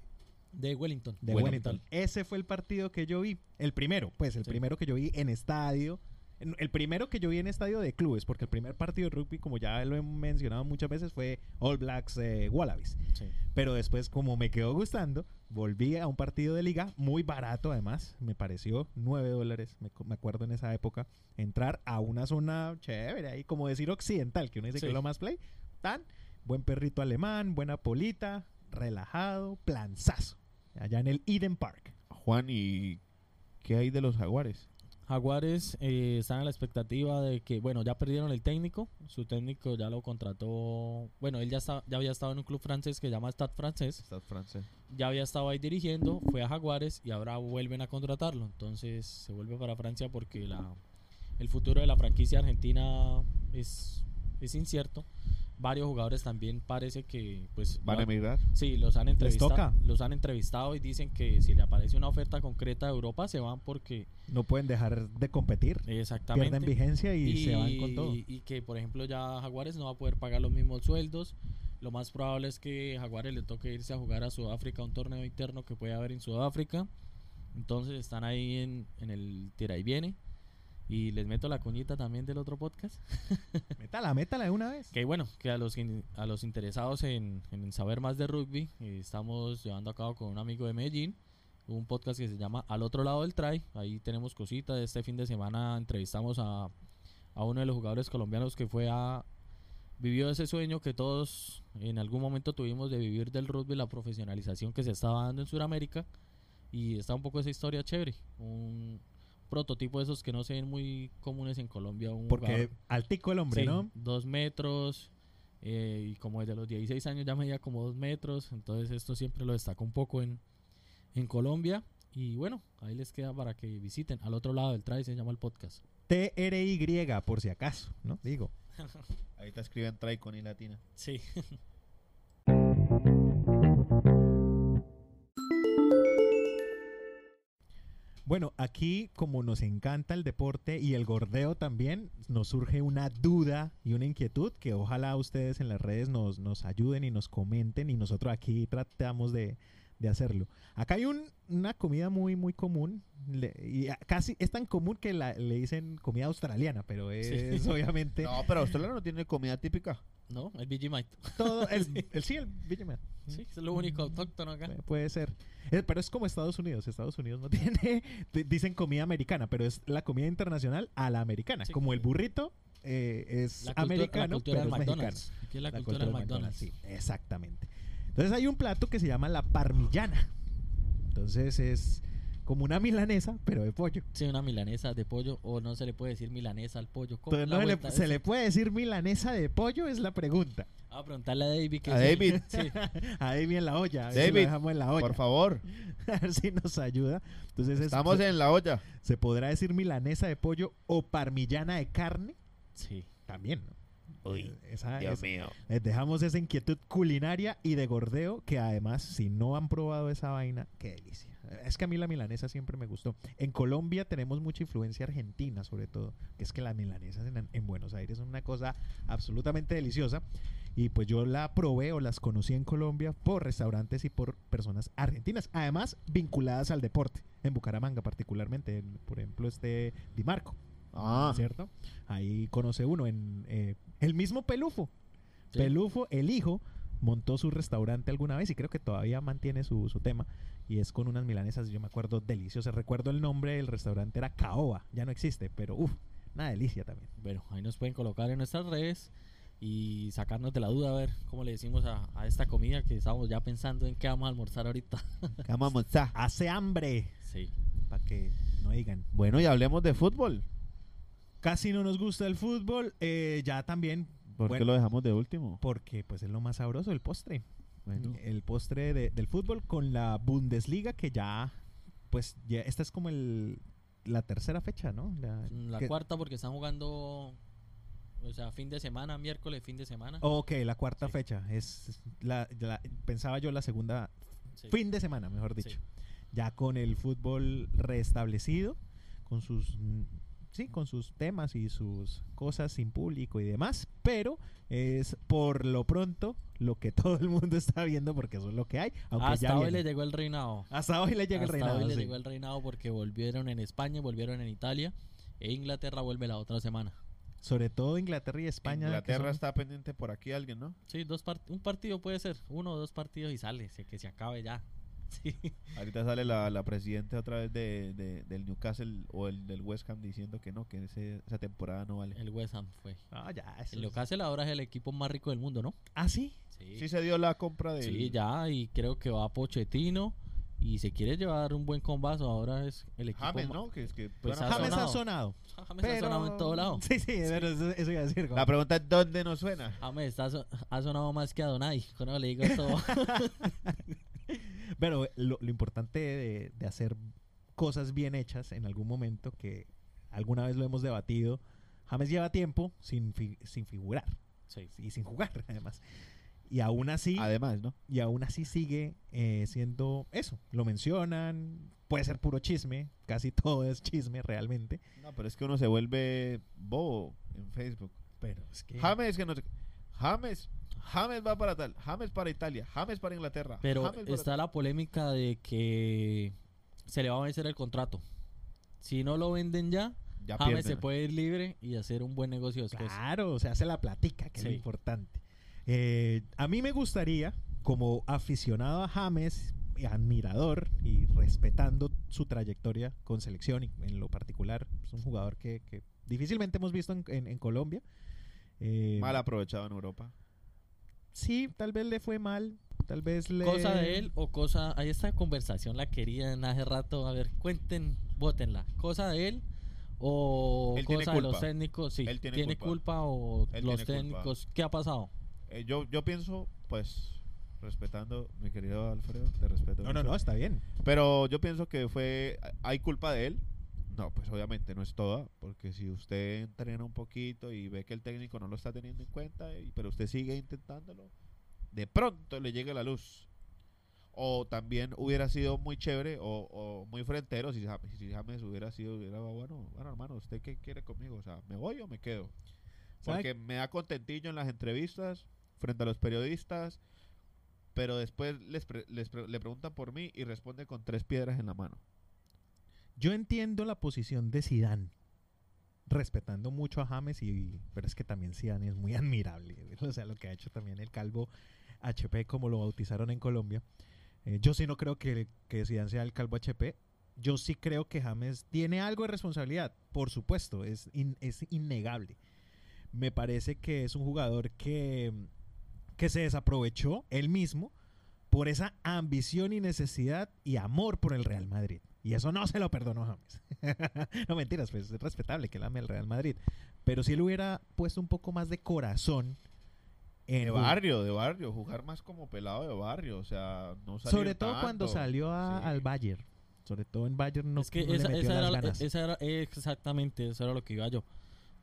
de Wellington. de Wellington. Wellington. Ese fue el partido que yo vi, el primero, pues el Sí. primero que yo vi en estadio, en- el primero que yo vi en estadio de clubes, porque el primer partido de rugby, como ya lo he mencionado muchas veces, fue All Blacks eh, Wallabies. Sí. Pero después, como me quedó gustando, volví a un partido de liga, muy barato además, me pareció 9 dólares, me, co- me acuerdo en esa época, entrar a una zona chévere ahí, como decir occidental, que uno dice que Sí. es lo más play, tan buen perrito alemán, buena polita, relajado, planzazo, allá en el Eden Park. Juan, ¿y qué hay de los jaguares? Jaguares eh, están a la expectativa de que, bueno, ya perdieron el técnico. Su técnico ya lo contrató. Bueno, él ya, está, ya había estado en un club francés que se llama Stade Francés. Estás francés. Ya había estado ahí dirigiendo, fue a Jaguares y ahora vuelven a contratarlo. Entonces se vuelve para Francia porque la, el futuro de la franquicia argentina es, es incierto. Varios jugadores también parece que pues ¿Van a lo- emigrar? Sí, los han entrevistado. toca. Los han entrevistado y dicen que si le aparece una oferta concreta de Europa se van porque No pueden dejar de competir, exactamente pierden vigencia y, se van con todo. y- y que, por ejemplo, ya Jaguares no va a poder pagar los mismos sueldos. Lo más probable es que Jaguares le toque irse a jugar a Sudáfrica, un torneo interno que puede haber en Sudáfrica. Entonces están ahí en, en el tira y viene. Y les meto la cuñita también del otro podcast. Métala, métala de una vez. Pues, Que bueno, que a los, in- a los interesados en, en saber más de rugby, eh, estamos llevando a cabo con un amigo de Medellín un podcast que se llama Al otro lado del try. Ahí tenemos cositas. Este fin de semana entrevistamos a, a uno de los jugadores colombianos que fue a. Vivió ese sueño que todos en algún momento tuvimos de vivir del rugby, la profesionalización que se estaba dando en Sudamérica. Y está un poco esa historia chévere. Un prototipo de esos que no se ven muy comunes en Colombia. Un jugador- Porque altico el hombre, Sí, ¿no? Dos metros. eh, y como desde los 16 años ya medía como dos metros. Entonces esto siempre lo destaca un poco en, en Colombia. Y bueno, ahí les queda para que visiten. Al otro lado del trail se llama el podcast. TRY, por si acaso, ¿no? Digo. Ahí te escriben try con y latina. Sí. Bueno, aquí como nos encanta el deporte y el gordeo también, nos surge una duda y una inquietud que ojalá ustedes en las redes nos, nos ayuden y nos comenten y nosotros aquí tratamos de, de hacerlo. Acá hay un- una comida muy, muy común le- y a- casi es tan común que la- le dicen comida australiana, pero es obviamente No, pero Australia no tiene comida típica. ¿No? El BG Mike. todo, el, el- sí, el Big Mac. Sí, es lo único autóctono acá. Pu- Puede ser. Eh, Pero es como Estados Unidos. Estados Unidos no tiene. di- Dicen comida americana, pero es la comida internacional a la americana. Sí. Como el burrito eh, es La cultu- la americano, pero cultura del es mexicano. McDonald's. Aquí es la, cultura, del McDonald's. sí, exactamente. Entonces hay un plato que se llama la parmillana. Entonces es como una milanesa, pero de pollo. Sí, una milanesa de pollo. O no se le puede decir milanesa al pollo. ¿Cómo Entonces la no se le- vuelta? se le puede decir milanesa de pollo, es la pregunta. Ah, preguntarle a David. Que A es el- David. Sí. Ahí bien la olla. a ver si lo David, dejamos en la olla. Por favor, A ver si nos ayuda. Entonces es- estamos en la olla. ¿Se podrá decir milanesa de pollo o parmillana de carne? sí. También, ¿no? Eh, Uy, Esa es- mío. les dejamos esa inquietud culinaria y de gordeo que además, si no han probado esa vaina, qué delicia. Es que a mí la milanesa siempre me gustó. En Colombia tenemos mucha influencia argentina, sobre todo. que Es que las milanesas en, en Buenos Aires son una cosa absolutamente deliciosa. Y pues yo la probé o las conocí en Colombia por restaurantes y por personas argentinas. Además, vinculadas al deporte. En Bucaramanga particularmente. en- por ejemplo, este Di Marco. Ah, ¿cierto? Ahí conoce uno en eh, el mismo Pelufo. Sí. Pelufo, el hijo, montó su restaurante alguna vez y creo que todavía mantiene su, su tema. Y es con unas milanesas, yo me acuerdo, deliciosas. Recuerdo el nombre del restaurante, era Caoba. Ya no existe, pero uff, una delicia también. Bueno, ahí nos pueden colocar en nuestras redes y sacarnos de la duda a ver cómo le decimos a, a esta comida que estamos ya pensando en qué vamos a almorzar ahorita. vamos a. Hace hambre, Sí. para que no digan. Bueno, y hablemos de fútbol. Casi no nos gusta el fútbol, eh, ya también. ¿Por qué bueno, lo dejamos de último? Porque pues es lo más sabroso, el postre. Bueno, Eh, el postre de- del fútbol con la Bundesliga que ya pues ya esta es como el la tercera fecha no la, Mm, La que- cuarta porque están jugando, o sea, fin de semana, miércoles, fin de semana. Oh, ok la cuarta Sí. fecha es es la, la- pensaba yo la segunda Sí. fin de semana mejor Sí. dicho ya con el fútbol restablecido con sus mm, sí, con sus temas y sus cosas sin público y demás, pero es por lo pronto lo que todo el mundo está viendo porque eso es lo que hay. Aunque Hasta ya hoy viene. le llegó el reinado. Hasta hoy le llega el Hasta reinado. hoy le sí. llegó el reinado porque volvieron en España, volvieron en Italia e Inglaterra vuelve la otra semana. Sobre todo Inglaterra y España. que Inglaterra son- está pendiente por aquí alguien, ¿no? Sí, dos part- un partido puede ser, uno o dos partidos y sale, se- que se acabe ya. Sí. Ahorita sale la, la presidenta otra vez de, de- del Newcastle o el del West Ham diciendo que no, que ese- esa temporada no vale. El West Ham fue. Ah, ya, eso Lo es- que hace la hora es el equipo más rico del mundo, ¿no? Ah, sí. Sí. Sí se dio la compra de... Sí, ya, y creo que va Pochettino y se quiere llevar un buen combazo. Ahora es el equipo. James, ma- ¿no? Que, es que- Pues bueno, ha James ha sonado. sonado. James ha sonado en todo lado. Sí, sí, pero eso, eso iba a decir. como- La pregunta es ¿dónde nos suena? James está so- ha sonado más que Adonai. Con eso le digo todo. Pero lo, lo importante de, de hacer cosas bien hechas en algún momento, que alguna vez lo hemos debatido, James lleva tiempo sin, fi- sin figurar sí. y sin jugar, además. Y aún así, Además, ¿no? y aún así sigue eh, siendo eso. Lo mencionan, puede ser puro chisme, casi todo es chisme realmente. No, pero es que uno se vuelve bobo en Facebook. Pero es que... James que no sé- James, James va para tal, James para Italia, James para Inglaterra. Pero James para- está la polémica de que se le va a vencer el contrato. Si no lo venden ya, ya James pierden. se puede ir libre y hacer un buen negocio después. Claro, o sea, hace la platica, que es lo Sí. importante. Eh, a mí me gustaría, como aficionado a James, y admirador y respetando su trayectoria con selección y en lo particular, es un jugador que, que difícilmente hemos visto en, en- en Colombia. Eh, Mal aprovechado en Europa. Sí, tal vez le fue mal, tal vez le... Cosa de él o cosa. Ahí esta conversación la querían hace rato. A ver, cuenten, votenla. Cosa de él o Él tiene cosa de los culpa. técnicos. Sí, Él tiene culpa. culpa. o Él los tiene culpa. técnicos. ¿Qué ha pasado? Eh, yo, yo pienso, pues, respetando, mi querido Alfredo, te respeto. No, no, mucho. no, está bien. Pero yo pienso que fue. ¿Hay culpa de él? No, pues obviamente no es toda, porque si usted entrena un poquito y ve que el técnico no lo está teniendo en cuenta, y- pero usted sigue intentándolo, de pronto le llega la luz. O también hubiera sido muy chévere o, o muy frentero si James, si James hubiera sido, hubiera, bueno, bueno, hermano, ¿usted qué quiere conmigo? O sea, ¿me voy o me quedo? ¿Sabe? Porque me da contentillo en las entrevistas, frente a los periodistas, pero después les pre- les pre- le preguntan por mí y responde con tres piedras en la mano. Yo entiendo la posición de Sidán, respetando mucho a James, y, pero es que también Sidán es muy admirable. O sea, lo que ha hecho también el calvo HP, como lo bautizaron en Colombia. Eh, yo sí no creo que, que Zidane sea el calvo HP. Yo sí creo que James tiene algo de responsabilidad, por supuesto, es, in- es innegable. Me parece que es un jugador que, que se desaprovechó él mismo por esa ambición y necesidad y amor por el Real Madrid. Y eso no se lo perdonó James. no mentiras, pues es respetable que él ame el Real Madrid. Pero si él hubiera puesto un poco más de corazón en De jugar- barrio, de barrio, jugar más como pelado de barrio, o sea, no salir Sobre todo cuando tanto. salió a- Sí. al Bayern. Sobre todo en Bayern no, es que no esa, le metió esa las era, ganas. esa era- exactamente, eso era lo que iba yo.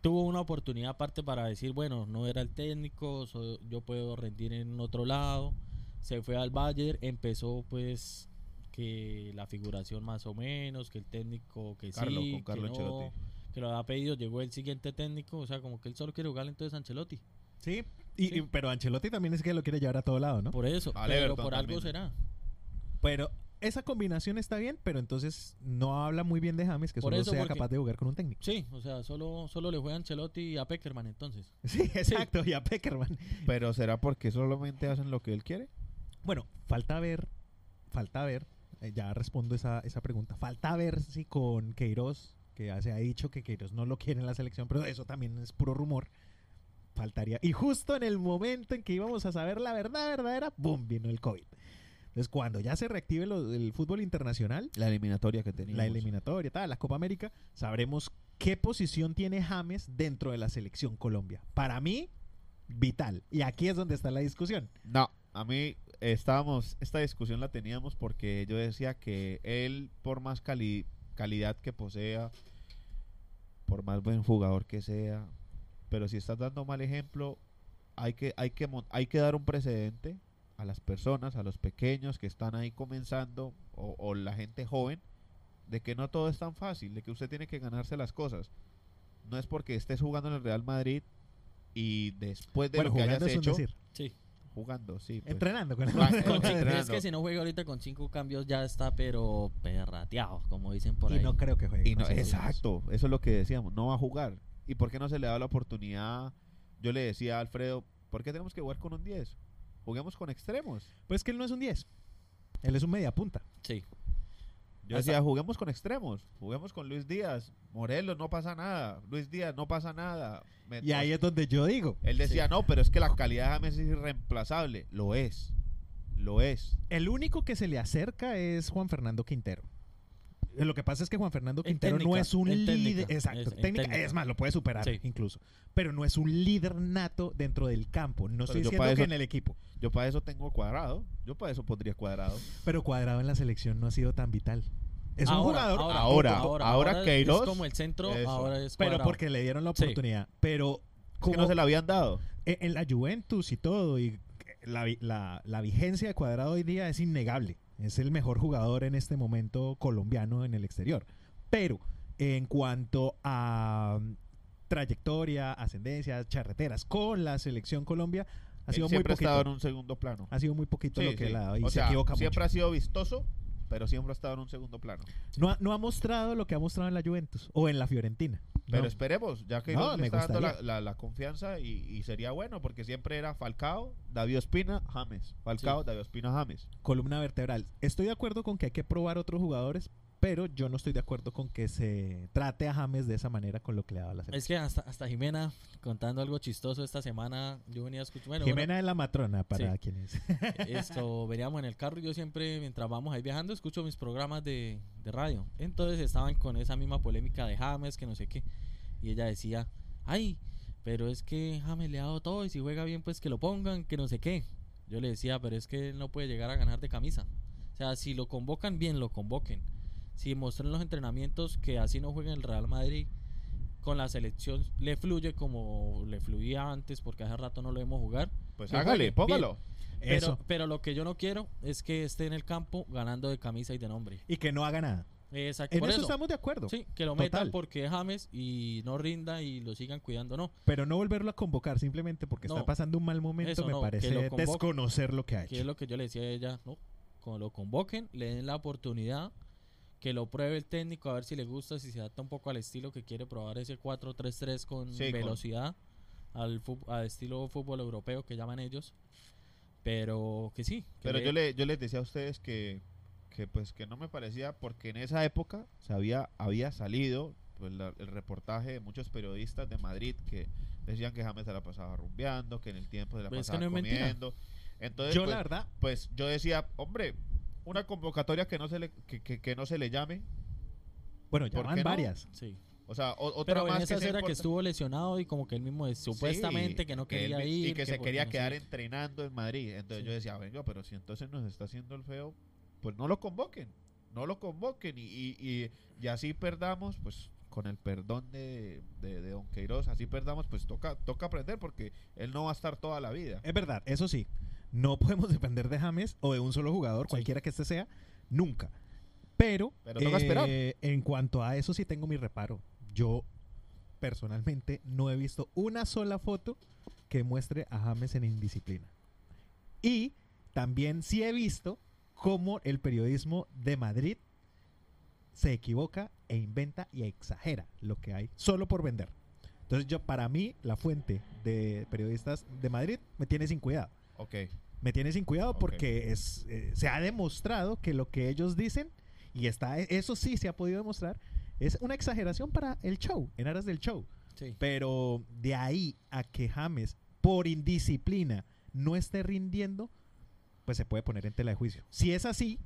Tuvo una oportunidad aparte para decir, bueno, no era el técnico, so- yo puedo rendir en otro lado. Se fue al Bayern, empezó pues que la figuración más o menos, que el técnico que Carlo, sí, con Carlo que no, Ancelotti. que lo había pedido, llegó el siguiente técnico, o sea, como que él solo quiere jugar entonces a Ancelotti. Sí, y- Sí. y- pero Ancelotti también es que lo quiere llevar a todo lado, ¿no? Por eso, Al pero Everton por algo también. será. Pero esa combinación está bien, pero entonces no habla muy bien de James, que Por solo eso, sea porque- capaz de jugar con un técnico. Sí, o sea, solo solo le fue a Ancelotti y a Peckerman entonces. Sí, exacto, y a Peckerman. Pero será porque solamente hacen lo que él quiere? Bueno, falta ver, falta ver, eh, ya respondo esa, esa pregunta, falta ver si con Queiroz, que ya se ha dicho que Queiroz no lo quiere en la selección, pero eso también es puro rumor, faltaría. Y justo en el momento en que íbamos a saber la verdad verdadera, ¡boom!, vino el COVID. Entonces, cuando ya se reactive lo- el fútbol internacional, La eliminatoria que tenía. la eliminatoria, tal, la Copa América, sabremos qué posición tiene James dentro de la selección Colombia. Para mí, vital. Y aquí es donde está la discusión. No, a mí estábamos, esta discusión la teníamos porque yo decía que él, por más cali- calidad que posea, por más buen jugador que sea, pero si estás dando mal ejemplo, hay que, hay que, mon- hay que dar un precedente a las personas, a los pequeños que están ahí comenzando, o, o la gente joven, de que no todo es tan fácil, de que usted tiene que ganarse las cosas. no es porque estés jugando en el Real Madrid y después de bueno, lo que jugando hayas es un hecho, decir. Sí. jugando, sí. pues. Entrenando con el Va- Está Con cinco- es entrenando. que si no juega ahorita con cinco cambios ya está, pero perrateado, como dicen por Y ahí. no creo que juegue. Y no, con Santos. exacto, eso es lo que decíamos, no va a jugar. ¿Y por qué no se le da la oportunidad? Yo le decía a Alfredo, ¿por qué tenemos que jugar con un 10? Juguemos con extremos. Pues que él no es un 10. Él es un media punta. Sí. Yo Hasta- decía, juguemos con extremos, juguemos con Luis Díaz, Morelos, no pasa nada, Luis Díaz, no pasa nada. Me- Y ahí es donde yo digo. Él decía, Sí. no, pero es que la calidad de James es irreemplazable. Lo es, lo es. El único que se le acerca es Juan Fernando Quintero. Lo que pasa es que Juan Fernando En Quintero no técnica, es un en técnica, líder. Exacto, es- en técnica, técnica. Es más, lo puede superar Sí. incluso. Pero no es un líder nato dentro del campo. No estoy yo diciendo para que eso- en el equipo. Yo para eso tengo cuadrado, yo para eso pondría cuadrado. Pero Cuadrado en la selección no ha sido tan vital. Es un Ahora, jugador, ahora, ahora, ahora, ahora ahora es- Queiroz, es como el centro, eso. ahora es pero cuadrado. porque le dieron la Sí. oportunidad. Pero Es que como no se la habían dado. e, en en la Juventus y todo, y la, vi- la- la vigencia de Cuadrado hoy día es innegable. Es el mejor jugador en este momento colombiano en el exterior. Pero en cuanto a mm, trayectoria, ascendencia, charreteras con la selección Colombia, ha Él sido muy siempre ha poquito. estado en un segundo plano. Ha sido muy poquito Sí, lo que sí. le ha dado y O se sea, equivoca siempre mucho. ha sido vistoso, pero siempre ha estado en un segundo plano. No ha, no ha mostrado lo que ha mostrado en la Juventus o en la Fiorentina. Pero No. esperemos, ya que No, Dios me le está dando la, la- la confianza y, y sería bueno, porque siempre era Falcao, David Ospina, James. Falcao, Sí. David Ospina, James. columna vertebral. Estoy de acuerdo con que hay que probar otros jugadores, pero yo no estoy de acuerdo con que se trate a James de esa manera con lo que le ha dado la Es selección. que hasta, hasta Jimena, contando algo chistoso esta semana, yo venía escuchando. Bueno, bueno, Jimena es la matrona para Sí. quienes. esto, veníamos en el carro y yo siempre, mientras vamos ahí viajando, escucho mis programas de, de radio. Entonces estaban con esa misma polémica de James, que no sé qué. Y ella decía, ay, pero es que James le ha dado todo y si juega bien, pues que lo pongan, que no sé qué. Yo le decía, pero es que él no puede llegar a ganar de camisa. O sea, si lo convocan bien, lo convoquen. Si muestran los entrenamientos que así no juega en el Real Madrid, con la selección le fluye como le fluía antes, porque hace rato no lo vemos jugar. Pues Bien, hágale, bien. póngalo. Eso. Pero, pero lo que yo no quiero es que esté en el campo ganando de camisa y de nombre. Y que no haga nada. Exacto. En Por eso, eso, estamos de acuerdo. sí, que lo Total. metan porque es James y no rinda y lo sigan cuidando, no. Pero no volverlo a convocar simplemente porque está No. pasando un mal momento Eso me no, que parece lo convoque. desconocer lo que ha Que es hecho. lo que yo le decía a ella, no. Cuando lo convoquen, le den la oportunidad, que lo pruebe el técnico a ver si le gusta, si se adapta un poco al estilo que quiere probar ese 4-3-3 con Sí, con- velocidad, Al, fut- al estilo fútbol europeo que llaman ellos. Pero que sí. que Pero yo, le, yo les decía a ustedes que, que, pues, que no me parecía, porque en esa época se había, había salido pues, la- el reportaje de muchos periodistas de Madrid que decían que James se la pasaba rumbeando, que en el tiempo se la Pero Pues, es que pasaba no es mentira. comiendo. Entonces, yo pues, la verdad, pues yo decía, hombre, una convocatoria que no se le, que, que- que no se le llame, bueno, ya ¿por van qué no? varias. Sí. o sea, o- otra Pero en más esa sea era que importa- estuvo lesionado y como que él mismo es- Sí, supuestamente que no él quería mi- ir. Y que, se porque quería no sé quedar qué. entrenando en Madrid. Entonces Sí. yo decía, venga, pero si entonces nos está haciendo el feo, pues no lo convoquen. No lo convoquen. Y, y, y- y así perdamos, pues con el perdón de, de, de Don Queiroz, así perdamos, pues toca, toca aprender porque él no va a estar toda la vida. Es verdad, eso sí. No podemos depender de James o de un solo jugador, cualquiera que este sea, nunca. Pero, eh, Pero toca esperar. en cuanto a eso sí tengo mi reparo. Yo personalmente no he visto una sola foto que muestre a James en indisciplina. Y también sí he visto cómo el periodismo de Madrid se equivoca e inventa y exagera lo que hay solo por vender. Entonces yo para mí la fuente de periodistas de Madrid me tiene sin cuidado. Ok. Me tiene sin cuidado Ok. porque es, eh, se ha demostrado que lo que ellos dicen, y está, e, eso sí se ha podido demostrar, es una exageración para el show, en aras del show. Sí. Pero de ahí a que James, por indisciplina, no esté rindiendo, pues se puede poner en tela de juicio. Si es así,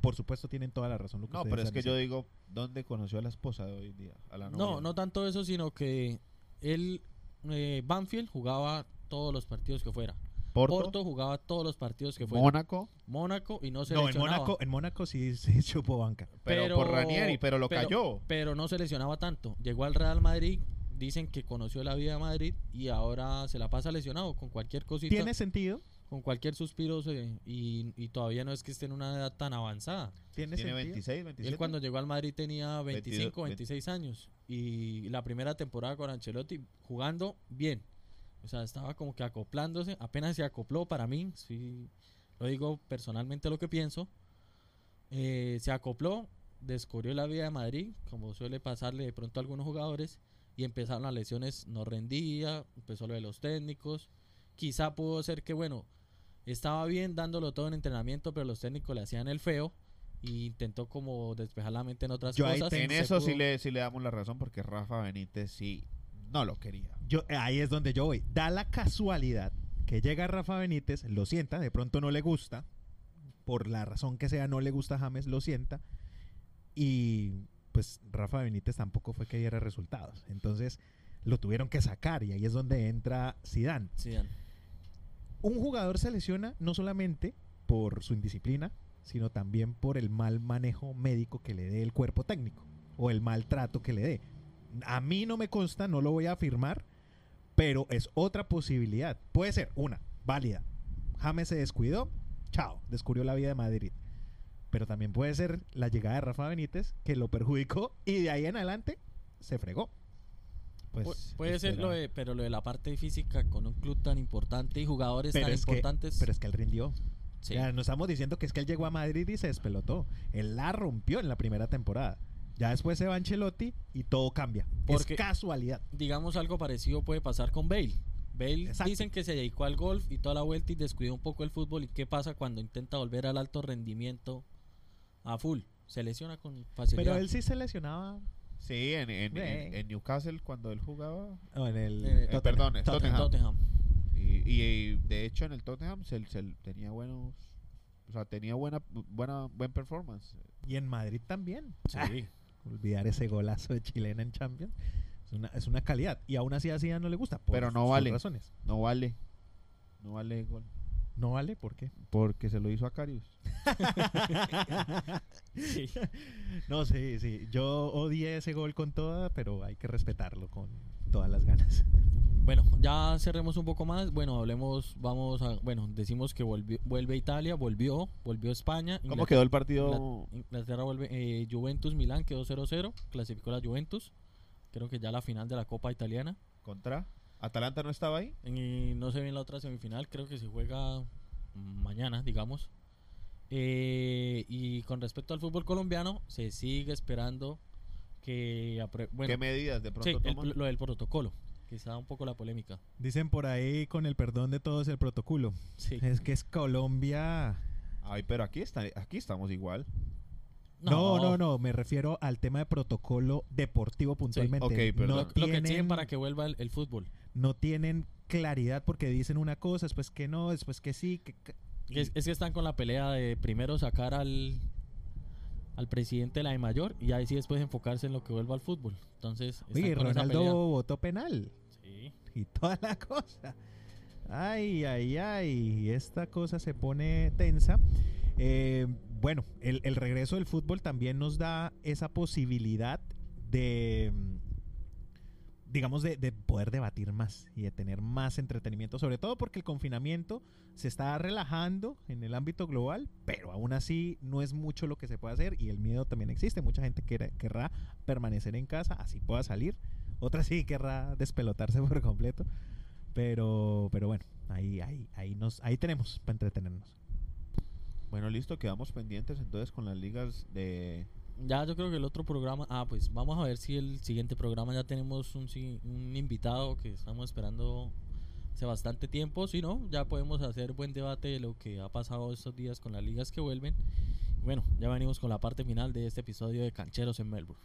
por supuesto tienen toda la razón. Lo que No, ustedes pero es han que yo dicho. digo, ¿dónde conoció a la esposa de hoy día? A la No, novia. no tanto eso, sino que él, eh, Banfield, jugaba todos los partidos que fuera. Porto, Porto, jugaba todos los partidos que fuera. Mónaco, Mónaco y no se No, en Mónaco, en Mónaco sí se chupó banca. pero, Pero- por Ranieri, pero lo pero- cayó. Pero no se lesionaba tanto. Llegó al Real Madrid, dicen que conoció la vida de Madrid y ahora se la pasa lesionado con cualquier cosita. Tiene sentido, con cualquier suspiro se- y, y todavía no es que esté en una edad tan avanzada. ¿Tiene, Tiene sentido? 26, Él 27. cuando llegó al Madrid tenía 25, 22, 26 años y la primera temporada con Ancelotti jugando bien. O sea, estaba como que acoplándose, apenas se acopló para mí, sí, lo digo personalmente lo que pienso. Eh, se acopló, descubrió la vida de Madrid, como suele pasarle de pronto a algunos jugadores, y empezaron las lesiones, no rendía, empezó lo de los técnicos. Quizá pudo ser que, bueno, estaba bien dándolo todo en entrenamiento, pero los técnicos le hacían el feo y intentó como despejar la mente en otras Yo ahí cosas. tengo- En Se eso sí pudo- le, sí le damos la razón porque Rafa Benítez sí no lo quería. Yo, eh, ahí es donde yo voy. Da la casualidad que llega Rafa Benítez, lo sienta, de pronto no le gusta, por la razón que sea, no le gusta a James, lo sienta, y pues Rafa Benítez tampoco fue que diera resultados. Entonces lo tuvieron que sacar y ahí es donde entra Sidán. Zidane. Un jugador se lesiona no solamente por su indisciplina, sino también por el mal manejo médico que le dé el cuerpo técnico o el maltrato que le dé. A mí no me consta, no lo voy a afirmar, pero es otra posibilidad. Puede ser una, válida. James se descuidó, chao, descubrió la vida de Madrid. Pero también puede ser la llegada de Rafa Benítez que lo perjudicó y de ahí en adelante se fregó. Pues, Pu- puede ser lo espera. de, pero lo de la parte física con un club tan importante y jugadores Pero tan es que- importantes. pero es que él rindió. sí. Ya, no estamos diciendo que es que él llegó a Madrid y se despelotó. Él la rompió en la primera temporada. Ya después se va Ancelotti y todo cambia. Porque- es casualidad. digamos algo parecido puede pasar con Bale. Bale Exacto. dicen que se dedicó al golf y toda la vuelta y descuidó un poco el fútbol. ¿Y qué pasa cuando intenta volver al alto rendimiento a full? Se lesiona con facilidad. Pero él sí se lesionaba Sí, en, en- en- Ve. en Newcastle cuando él jugaba. no, en el. Eh, eh, perdón, en En Tottenham. Tottenham. Y, y- y de hecho en el Tottenham se, se- tenía buenos. O sea, tenía buena, buena, buen performance. Ah. Y en Madrid también. Sí. Olvidar ese golazo de chilena en Champions. Es una, es una calidad. Y aún así a Zidane no le gusta. por Pero no sus vale. razones. No vale. No vale el gol. No vale, ¿por qué? Porque se lo hizo a Carius. Sí. No, sí, sí. Yo odié ese gol con toda, pero hay que respetarlo con todas las ganas. Bueno, ya cerremos un poco más. Bueno, hablemos, vamos a, bueno, decimos que volvió- vuelve Italia, volvió, volvió España. ¿Cómo Inglaterra- quedó el partido? Ingla- Inglaterra vuelve eh, Juventus Milán quedó 0-0, clasificó la Juventus. Creo que ya la final de la Copa Italiana. Contra. ¿Atalanta no estaba ahí? Y no sé bien la otra semifinal, creo que se juega mañana, digamos. Eh, y con respecto al fútbol colombiano, se sigue esperando que apre- bueno, ¿Qué medidas de sí, pronto el- toman? lo del protocolo, que está un poco la polémica. Dicen por ahí, con el perdón de todos, el protocolo. Sí. Es que es Colombia. Ay, pero aquí, está, aquí estamos igual. No, no, no, me refiero al tema de protocolo deportivo puntualmente. ok, perdón. no, Lo Lo que tienen, exigen para que vuelva el, el fútbol. no tienen claridad porque dicen una cosa, después que no, después que sí. que- que- Que Es, es que están con la pelea de primero sacar al al presidente de la de mayor y ahí sí después enfocarse en lo que vuelva al fútbol. Entonces, están Oye, con esa pelea. Ronaldo votó penal Sí. y toda la cosa. Ay, ay, ay, esta cosa se pone tensa. Eh, bueno, el, el regreso del fútbol también nos da esa posibilidad de, mm, digamos, de, de poder debatir más y de tener más entretenimiento, sobre todo porque el confinamiento se está relajando en el ámbito global, pero aún así no es mucho lo que se puede hacer y el miedo también existe. Mucha gente querrá, querrá permanecer en casa, así pueda salir, otra sí querrá despelotarse por completo, pero, pero bueno, ahí, ahí, ahí, nos, ahí tenemos para entretenernos. Bueno, listo, quedamos pendientes entonces con las ligas de... Ya yo creo que el otro programa, ah, pues vamos a ver si el siguiente programa ya tenemos un, si- un invitado que estamos esperando hace bastante tiempo, si no, ya podemos hacer buen debate de lo que ha pasado estos días con las ligas que vuelven. Bueno, ya venimos con la parte final de este episodio de Cancheros en Melbourne.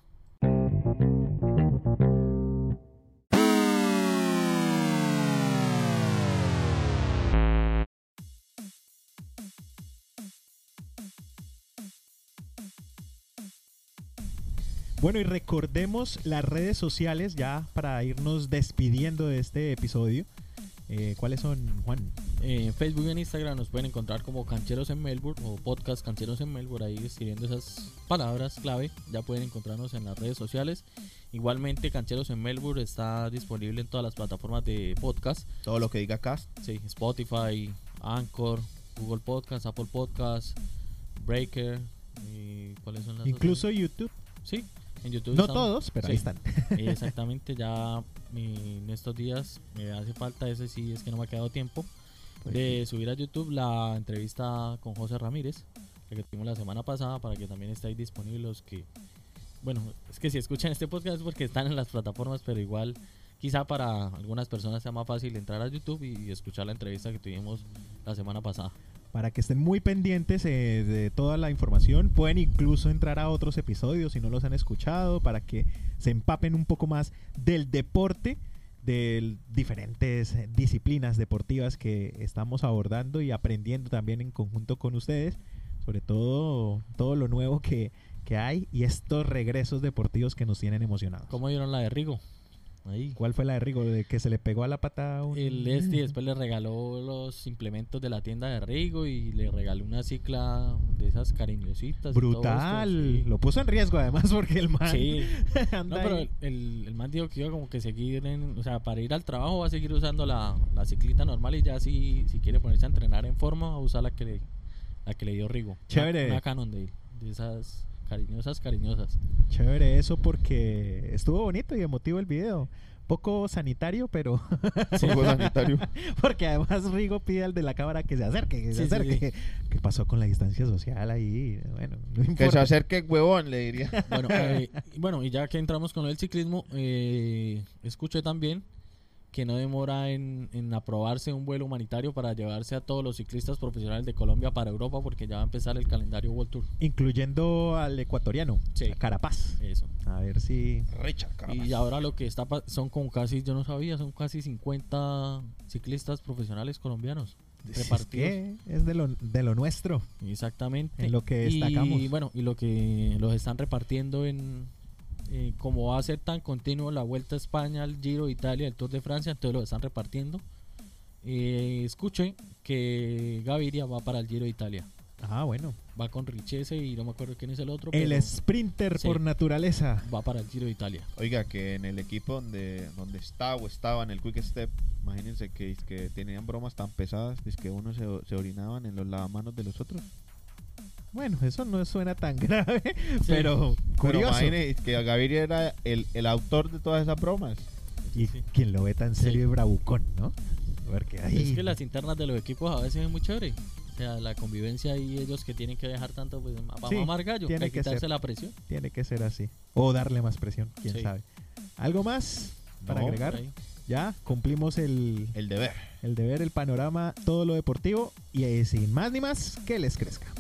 Bueno, y recordemos las redes sociales ya para irnos despidiendo de este episodio. Eh, ¿Cuáles son, Juan? En Facebook y en Instagram nos pueden encontrar como Cancheros en Melbourne o Podcast Cancheros en Melbourne. Ahí escribiendo esas palabras clave. Ya pueden encontrarnos en las redes sociales. Igualmente, Cancheros en Melbourne está disponible en todas las plataformas de podcast. Todo lo que diga Cast. Sí, Spotify, Anchor, Google Podcast, Apple Podcast, Breaker. ¿Y cuáles son las otras? Incluso YouTube. Sí, en YouTube. No estamos. todos, pero Sí. ahí están. Eh, Exactamente, ya mi- en estos días me hace falta, ese sí es que no me ha quedado tiempo, Pues de subir a YouTube la entrevista con José Ramírez, la que tuvimos la semana pasada, para que también estéis disponibles los que... Bueno, es que si escuchan este podcast es porque están en las plataformas, pero igual quizá para algunas personas sea más fácil entrar a YouTube y escuchar la entrevista que tuvimos la semana pasada. Para que estén muy pendientes eh, de toda la información, pueden incluso entrar a otros episodios si no los han escuchado, para que se empapen un poco más del deporte, de diferentes eh, disciplinas deportivas que estamos abordando y aprendiendo también en conjunto con ustedes, sobre todo todo lo nuevo que, que hay y estos regresos deportivos que nos tienen emocionados. ¿Cómo vieron la de Rigo? Ahí. ¿Cuál fue la de Rigo? ¿De que se le pegó a la pata a un... El este después le regaló los implementos de la tienda de Rigo y le regaló una cicla de esas cariñositas. y todo esto, Brutal. sí. Lo puso en riesgo además porque el man Sí. No, anda pero ahí. el, el, el man dijo que iba como que seguir en, o sea, para ir al trabajo va a seguir usando la, la ciclita normal y ya si, si quiere ponerse a entrenar en forma va a usar la que le, la que le dio Rigo. Una- Chévere. Una, Canon de, de esas cariñosas, cariñosas. Chévere eso porque estuvo bonito y emotivo el video. Poco sanitario, pero Sí. Poco sanitario. porque además Rigo pide al de la cámara que se acerque, que se Sí, sí, acerque. ¿Qué pasó con la distancia social ahí? Bueno, no Que se importa. acerque, huevón, le diría. Bueno, eh, y bueno, y ya que entramos con el ciclismo, eh, escuché también que no demora en, en aprobarse un vuelo humanitario para llevarse a todos los ciclistas profesionales de Colombia para Europa porque ya va a empezar el calendario World Tour. Incluyendo al ecuatoriano, Sí. a Carapaz. Eso. A ver si Richard, Y ahora lo que está pa- son como casi, yo no sabía, son casi 50 ciclistas profesionales colombianos es, repartidos. que es de lo, de lo nuestro. Exactamente. En lo que destacamos. Y bueno, y lo que los están repartiendo en. eh, como va a ser tan continuo la Vuelta a España, el Giro de Italia, el Tour de Francia, entonces lo están repartiendo. Eh, escuchen que Gaviria va para el Giro de Italia. Ah, bueno. Va con Richese y no me acuerdo quién es el otro. El pero sprinter Sí. por naturaleza. Va para el Giro de Italia. Oiga, que en el equipo donde, donde está o estaba en el Quick Step, imagínense que, que tenían bromas tan pesadas, es que unos se, se orinaban en los lavamanos de los otros. Bueno, eso no suena tan grave, pero Pero curioso. imagínense que Gaviria era el, el autor de todas esas bromas. y Sí. quien lo ve tan serio Sí. es bravucón, ¿no? Porque ahí... Es que las internas de los equipos a veces es muy chévere. O sea, la convivencia y ellos que tienen que dejar tanto, pues vamos Sí, a amar gallo, tiene hay que que quitarse ser. la presión. Tiene que ser así. O darle más presión, quién Sí. sabe. ¿Algo más para No, por agregar? ahí. Ya cumplimos el, El deber. el deber, el panorama, todo lo deportivo. Y eh, sin más ni más, que les crezca.